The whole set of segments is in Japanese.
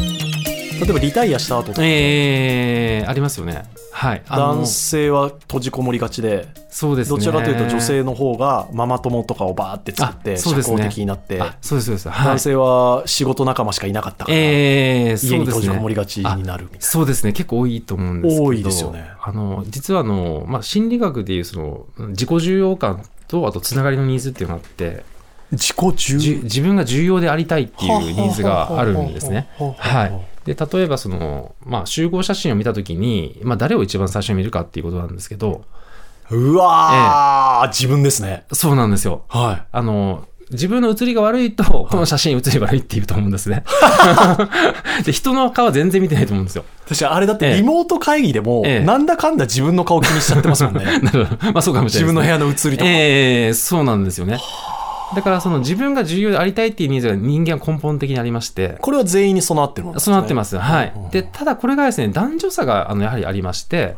例えばリタイアした後とかえー、ありますよね。はい。あの男性は閉じこもりがちでそうですね。どちらかというと女性の方がママ友とかをバーって作ってあ社そうですね交的になって、あそうです、そうです。はい男性は仕事仲間しかいなかったから、家えー、にそう閉ですじねこもりがちになるみたいな。そうですね、結構多いと思うんですけど、多いですよねあの実はあの、まあ、心理学でいうその自己重要感と、あとつながりのニーズっていうのがあって、自己中じゅ自分が重要でありたいっていうニーズがあるんですね。。はい、で例えばその、まあ、集合写真を見たときに、まあ、誰を一番最初に見るかっていうことなんですけど、うわー、自分ですね。そうなんですよ。はあの、自分の写りが悪いと、この写真写り悪いって言うと思うんです ね。で、人の顔は全然見てないと思うんですよ。 い。確かにあれだっえてえリモート会議でも、ええなんだかんだ自分の顔気にしちゃってますもんね。なるほど。まあ そうかも自しれないですね、分の部屋の写りとか。ええそうなんですよね。だからその自分が重要でありたいっていうニーズが人間は根本的にありまして、これは全員に備わってるもんですね。そうなってます。はいうん。で、ただこれがですね、男女差があのやはりありまして、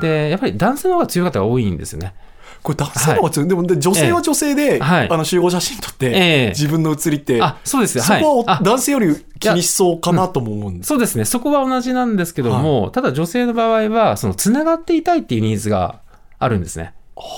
で、やっぱり男性の方が強い方が多いんですよね。これ男性の方が強い。でも、で女性は女性で、はいあの集合写真撮って、ええ自分の写りって、あ、そうです。そはい。こはあお男性より気にしそうかなとも思うんです。そうですね。そこは同じなんですけども、ただ女性の場合は、その、つながっていたいっていうニーズがあるんですね。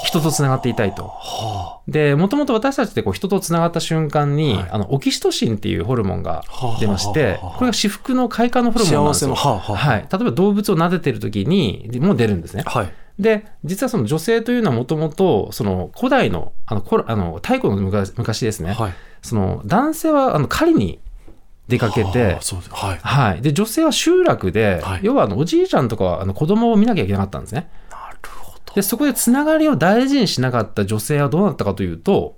人とつながっていたいと。はで、もともと私たちってこう人とつながった瞬間に、はいあの、オキシトシンっていうホルモンが出ましはあはてあはあ、これが至福の快感のホあルモンな幸んですせよ。の、はあはあはい。例えば動物を撫でてる時に、もう出るんですね。はい。で、実はその女性というのはもともと、その古代の、あの、コロあの太古の昔昔ですね、はい。その男性はあの狩りに出かけはあはてあ、そうです。はい。はい。で、女性は集落で、はい要はあのおじいちゃんとかはあの子供を見なきゃいけなかったんですね。なるほど。で、そこでつながりを大事にしなかった女性はどうなったかというと、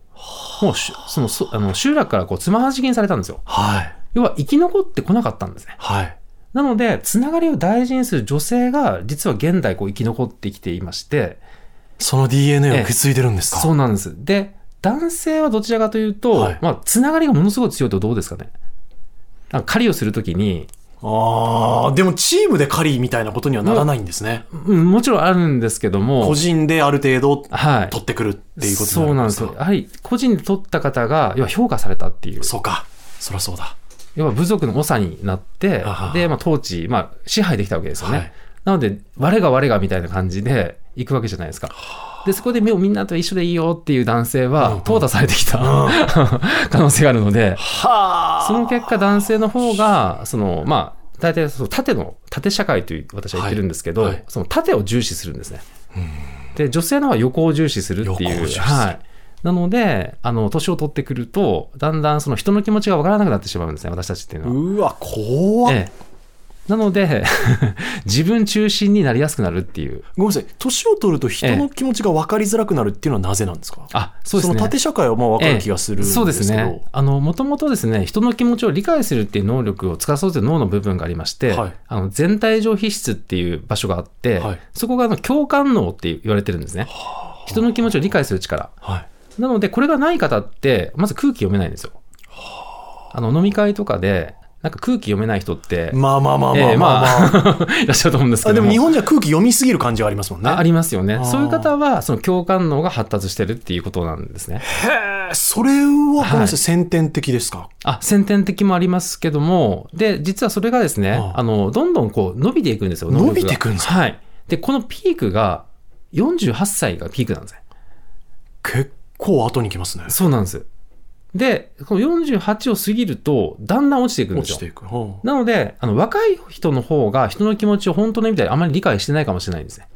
もうしそのそあの集落からこうつまはじきにされたんですよ。はい。要は生き残ってこなかったんですね。はい。なので、つながりを大事にする女性が、実は現代こう生き残ってきていまして、その DNA を受け継いでるんですか、そうなんです。で、男性はどちらかというと、はいまあ、つながりがものすごく強いとどうですかね。なんか狩りをするときに、ああ、でもチームで狩りみたいなことにはならないんですね。うんもちろんあるんですけども、個人である程度はい。取ってくるっていうことそうになんるですよ。やはり、個人で取った方が、要は評価されたっていう。そうか。そりゃそうだ。要は部族の長になってあは、で、まあ、統治、まあ、支配できたわけですよね。はいなので、我が我がみたいな感じで行くわけじゃないですか。で、そこでみみんなと一緒でいいよっていう男性うんうんは、淘汰されてきた、 可能性があるので、はあ。その結果男性の方が、その、まあ、大体その縦の、縦社会という私は言ってるんですけど、はいはいその縦を重視するんですね。で、女性の方は横を重視するって横をい重う。視するはい。なので、あの、年を取ってくると、だんだんその人の気持ちがわからなくなってしまうんですね、私たちっていうのは。うわ、怖っええ。なので、 自分中心になりやすくなるっていう。ごめんなさい。年を取ると人の気持ちが分かりづらくなるっていうのはなぜなんですか、あ、そうですそね。の縦社会はまあ分かる気がするんですけど。そうですね。あの、もともとですね、人の気持ちを理解するっていう能力を司っている脳の部分がありまして、はいあの全体上皮質っていう場所があって、はいそこがあの共感脳って言われてるんですね。人の気持ちを理解する力。はい。なので、これがない方って、まず空気読めないんですよ。あの、飲み会とかで、なんか空気読めない人って、まあまあまあまえあえまあ、まあ、 いらっしゃると思うんですけあ。どでも。も日本じゃ空気読みすぎる感じはありますもんね。あありますよねあー。そういう方は、その共感脳が発達してるっていうことなんですね。へえ、それはごめんなさい、はい先天的ですかあ、先天的もありますけども、で、実はそれがですね、あああの、どんどんこう、伸びていくんですよ、能力が伸びていくんですかはい。で、このピークが、48歳がピークなんですね。結構後に来ますね。そうなんです。で、この48を過ぎると、だんだん落ちていくんで落すちて。いよく。はあなので、あの、若い人の方が、人の気持ちを本当の意味であまり理解してないかもしれないんですね。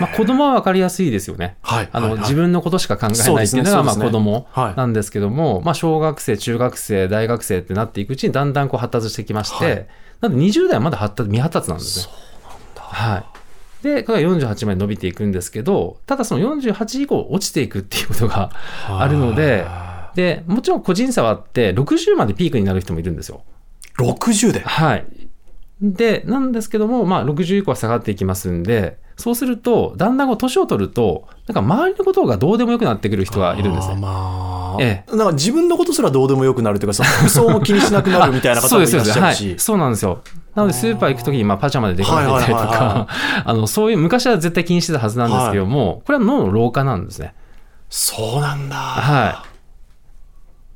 まあ、子供はわかりやすいですよね。はい。あはのい自分のことしか考えそうなでいっすていねうのがまあそうで子すね供はいなんですけども、まあ、小学生、中学生、大学生ってなっていくうちにだんだんこう発達してきまして、はいなので20代はまだ発達未発達なんですね。はい、で、これが48まで伸びていくんですけど、ただその48以降落ちていくっていうことがあるので、でもちろん個人差はあって、60までピークになる人もいるんですよ。 60で。はい。で、なんですけども、まあ、60以降は下がっていきますんで、そうすると、だんだんこう、年を取ると、なんか周りのことがどうでもよくなってくる人がいるんですあーね。まあ、えなんか自分のことすらどうでもよくなるというか、その服装も気にしなくなるみたいなあそ方もうでいらっす そうでしすゃはるしい。、そうなんですよ。なので、スーパー行くときに、まあ、パジャマで出かけてたりとはいはいはいはか、 あの、そういう昔は絶対気にしてたはずなんですけども、これは脳の老化なんですね。そうなんだ。はい。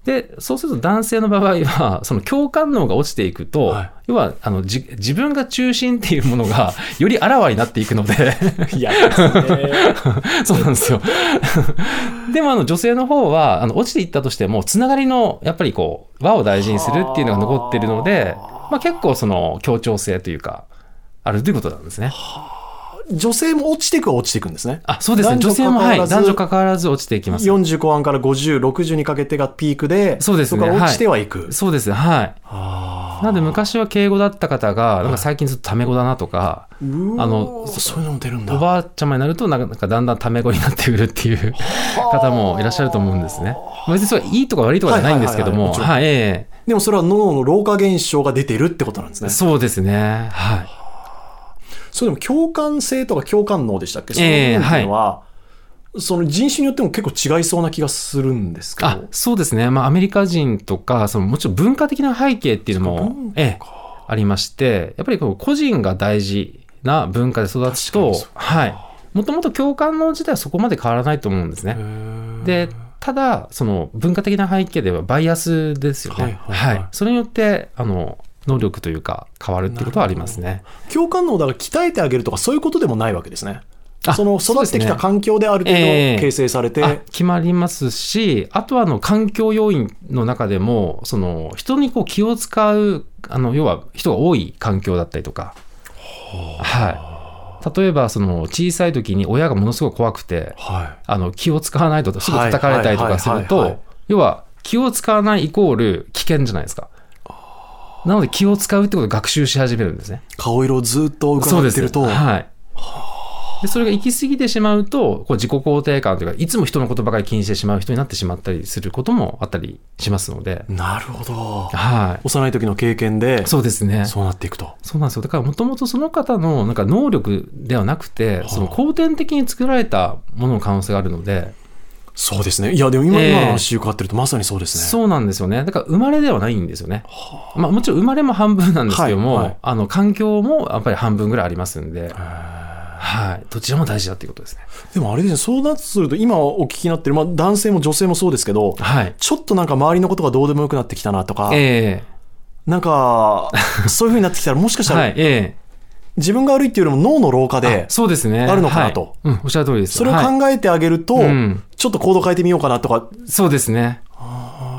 で、そうすると男性の場合は、その共感能が落ちていくと、はい要はあのじ自分が中心っていうものがよりあらわになっていくので、 いやですね。 そうなんですよ。でもあの女性の方は、あの落ちていったとしても、つながりの、やっぱりこう、和を大事にするっていうのが残っているので、はあまあ結構その協調性というか、あるということなんですね。女性も落ちていくは落ちていくんですね。あ、そうですね。男女女性関も、わはらい、ず男女関わらず落ちていきます。 40後半から50、60にかけてがピークで、そうですねこから落ちてはいく。そうですね。はい。あーなので、昔は敬語だった方が、なんか最近ずっとタメ語だなとか、うわあのそういうのも出るんだ。おばあちゃまになると、なんかだんだんタメ語になってくるっていう方もいらっしゃると思うんですね。まあ別にそれはいいとか悪いとかじゃないんですけども、はいはいはい、えでもそれは脳の老化現象が出てるってことなんですえね。そうですね。はい。それでも共感性とか共感能でしたっけ、ええそういうのは、その人種によっても結構違いそうな気がするんですけど。あそうですね、まあ、アメリカ人とかそのもちろん文化的な背景っていうのそっかも文、化ええ、ありましてやっぱりこう個人が大事な文化で育つと確、はい、もともと共感の自体はそこまで変わらないと思うんですへね。ーでただその文化的な背景ではバイアスですよね。はいはいはいそれによってあの能力というか変わるっていうことはありますね。共感能だから鍛えてあげるとかそういうことでもないわけですね。あその育ってきた環境である程度ええ形成されて、あ決まりますし、あとはあの環境要因の中でも、その人にこう気を使う、あの要は人が多い環境だったりとか、はい、例えばその小さい時に親がものすごい怖くて、はあの気を使わないとすぐ叩かれたりとかするはいはいはいはいはいと、要は気を使わないイコール危険じゃないですか。なので気を使うってことを学習し始めるんですね。い、顔色をずっとそう伺でってすると、はい。でそれが行き過ぎてしまうと、こう自己肯定感というか、いつも人のことばかり気にしてしまう人になってしまったりすることもあったりしますので、なるほど。は幼い時の経験でい。、そうですね。そうなっていくと。そうなんですよ。だから、もともとその方のなんか能力ではなくてあ、その後天的に作られたものの可能性があるので、そうですね。いや、でも今,、ええ今の話伺ってるとまさにそうですね。そうなんですよね。だから、生まれではないんですよね。まあ、もちろん生まれも半分なんですけども、はいはいあの、環境もやっぱり半分ぐらいありますんで、へーはい。どちらも大事だっていうことですね。でもあれですね、そうなすると、今お聞きになってる、まあ、男性も女性もそうですけど、はい。ちょっとなんか周りのことがどうでもよくなってきたなとか、えなんか、そういうふうになってきたら、もしかしえたはらい。ええ自分が悪いっていうよりも脳の老化であ、そうですね。あるのかなとはいうん、おっしゃる通りです。それをはい考えてあげると、うんちょっと行動変えてみようかなとか、そうですね。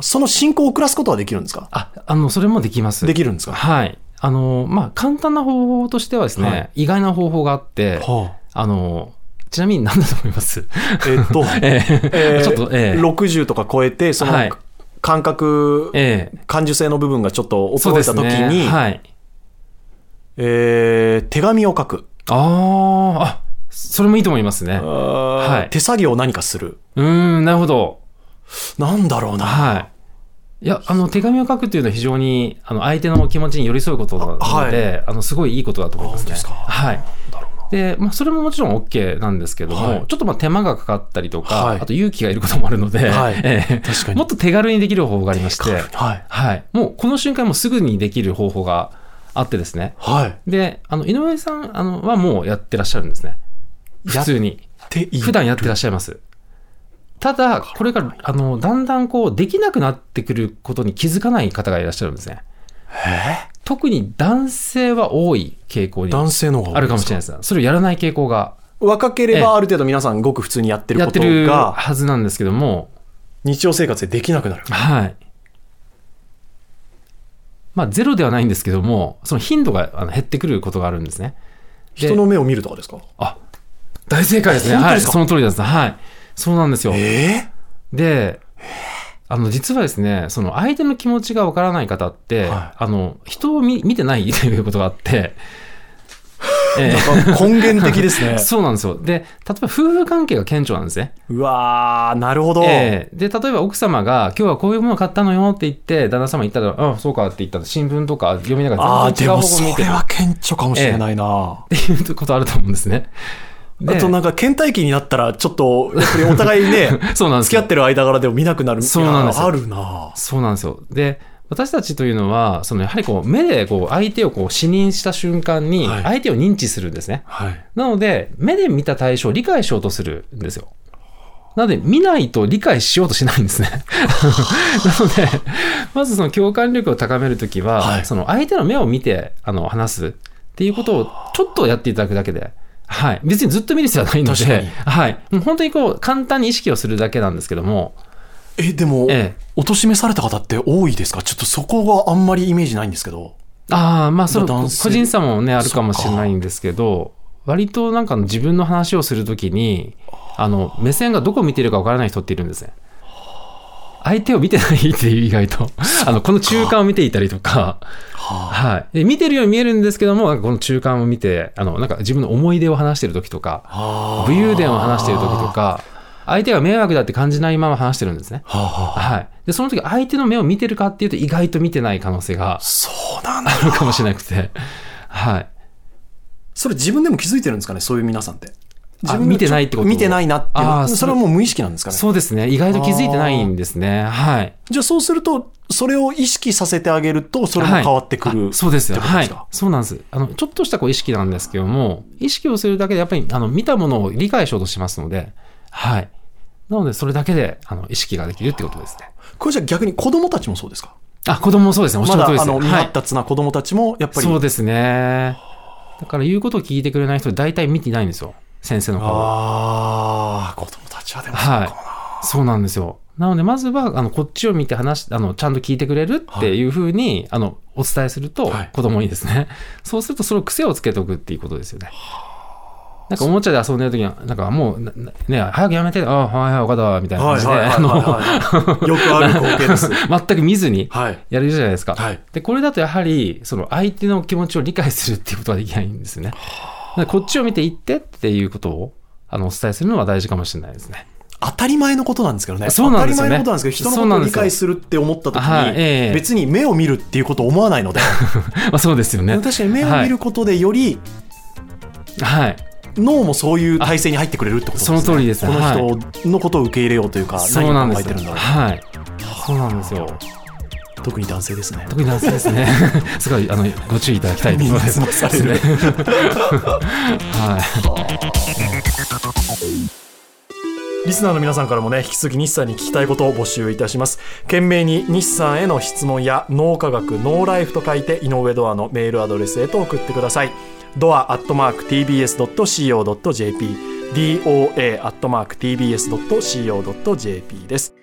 その進行を遅らすことはできるんですかあ、あの、それもできます。できるんですか、はい。あの、まあ、簡単な方法としてはですね、はい意外な方法があって、はあの、ちなみに何だと思いますあ、えっ と、えええーちょっとええ60とか超えて、そのはい感覚、ええ感受性の部分がちょっとそう衰でえたす時ね。に、はい。えー手紙を書く、あーあ、それもいいと思いますね。はい手作業を何かする。うーん、なるほど。なんだろうな。はい。いや、あの、手紙を書くっていうのは非常に、あの、相手の気持ちに寄り添うことなので、ああ,、はいの、すごいいいことだと思いますあ本当ね。ですかはい。で、まあ、それももちろん OK なんですけども、はいちょっとまあ手間がかかったりとか、はいあと勇気がいることもあるので、はいええ確かにもっと手軽にできる方法がありまして、はい。はい。もうこの瞬間もうすぐにできる方法があってですね。はい。で、あの、井上さんあのはもうやってらっしゃるんですね。普通に。ていい普段やってらっしゃいます。ただ、これが、あの、だんだんこう、できなくなってくることに気づかない方がいらっしゃるんですね。え特に男性は多い傾向ーに男性の方があるかもしれないです。それをやらない傾向が、若けれええばある程度皆さんごく普通にやってるやっこてとるがはずなんですけども、日常生活でできなくなる。はい。まあ、ゼロではないんですけども、その頻度があの減ってくることがあるんですね。で人の目を見るとかですかあ、大正解ですね。本当はでい、すかその通りです。はい。そうなんですよ。えで、あの、実はですね、その相手の気持ちがわからない方って、はあの、人を見見てない ということがあって、ええ根源的ですねえ。 そうなんですよ。で、例えば夫婦関係が顕著なんですね。うわー、なるほど。ええで、例えば奥様が、今日はこういうもの買ったのよって言って、旦那様言ったら、あそうかって言ったら、新聞とか読みながあらー、で全然違うも方向そを見てれるは顕著かもしれないな。っていうことあると思うんです ね。であとなんか倦怠期になったらちょっと、やっぱりお互い ね、そうなんです付よき合ってる間柄でも見なくなるそうなんですよあるな。そうなんですよ。で、私たちというのは、そのやはりこう目でこう相手をこう視認した瞬間に、はい相手を認知するんですね。はい。なので、目で見た対象を理解しようとするんですよ。なので、見ないと理解しようとしない んですね。なので、まずその共感力を高めるときは、はいその相手の目を見て、あの、話すっていうことをちょっとやっていただくだけで、はい。別にずっと見る必要はないの確かにで、はい。もう本当にこう、簡単に意識をするだけなんですけども、え、でも、ええおとしめされた方って多いですかちょっとそこがあんまりイメージないんですけど。ああ、まあ、その男個性人差もね、あるかもしれないんですけど、割となんか自分の話をするときに、あの、目線がどこ見てるかわからない人っているんですね。相手を見てないっていう意外と。あの、この中間を見ていたりとか、はあ、はい。で見てるように見えるんですけども、なんかこの中間を見て、あの、なんか自分の思い出を話してるときとか、はあ武勇伝を話してるときとか、相手が迷惑だって感じないまま話してるんですね。はあはあはい。で、その時相手の目を見てるかっていうと意外と見てない可能性がそうなんだ。あるかもしれなくて。はい。それ自分でも気づいてるんですかねそういう皆さんって。自分で見てないってこと見てないなっていうあーそれはもう無意識なんですかねそうですね。意外と気づいてないんですね。はい。じゃあそうすると、それを意識させてあげると、それも変わってくる、はいあそうですよ。ってことはですいか。そうなんです。あの、ちょっとしたこう意識なんですけども、意識をするだけでやっぱり、あの、見たものを理解しようとしますので、はい。なので、それだけで、あの、意識ができるってことですね。これじゃあ逆に子供たちもそうですかあ、子供もそうですね。おっしゃまるだ通りであす。の未はい発。達な子供たちも、やっぱり。そうですね。だから言うことを聞いてくれない人、大体見てないんですよ。先生の顔を。ああ、子供たちはでもそうかもな。はい。そうなんですよ。なので、まずは、あの、こっちを見て話し、あの、ちゃんと聞いてくれるっていうふうに、あの、お伝えするとはい、子供いいですね。そうすると、その癖をつけておくっていうことですよね。なんか、おもちゃで遊んでるときに、なんか、もう、ななね、早くやめて、ああ、はいはい、わかったわ、みたいな感はいじはいで、はいあの、は いはい。よくある光景です。全く見ずにはい。やれるじゃないですか。はい。で、これだとやはり、その相手の気持ちを理解するっていうことはできないんですよね。なのでこっちを見ていってっていうことを、あの、お伝えするのは大事かもしれないですね。当たり前のことなんですけどね。そうなんですよ当たり前ねのことなんですけど、人のことを理解するって思った時そうなんですよはいえに、え別に目を見るっていうことを思わない ので、まあ、そうですよね。確かに目を見ることでよりはい。脳もそういう体制に入ってくれるってことですそね。の通りですこね。はいの人のことを受け入れようというか、そうなん何をで考えてすよるんだろはい。そうなんですよ。う。特に男性ですね。特に男性ですね。 すごい、あの、ご注意いただきたいと みんこなろです。騙されるですね はい。リスナーの皆さんからもね、引き続き日産に聞きたいことを募集いたします。懸命に日産への質問や、脳科学、ノーライフと書いて、井上ドアのメールアドレスへと送ってください。ドアアットマーク TBS.CO.JP、DOA アットマーク TBS.CO.JP です。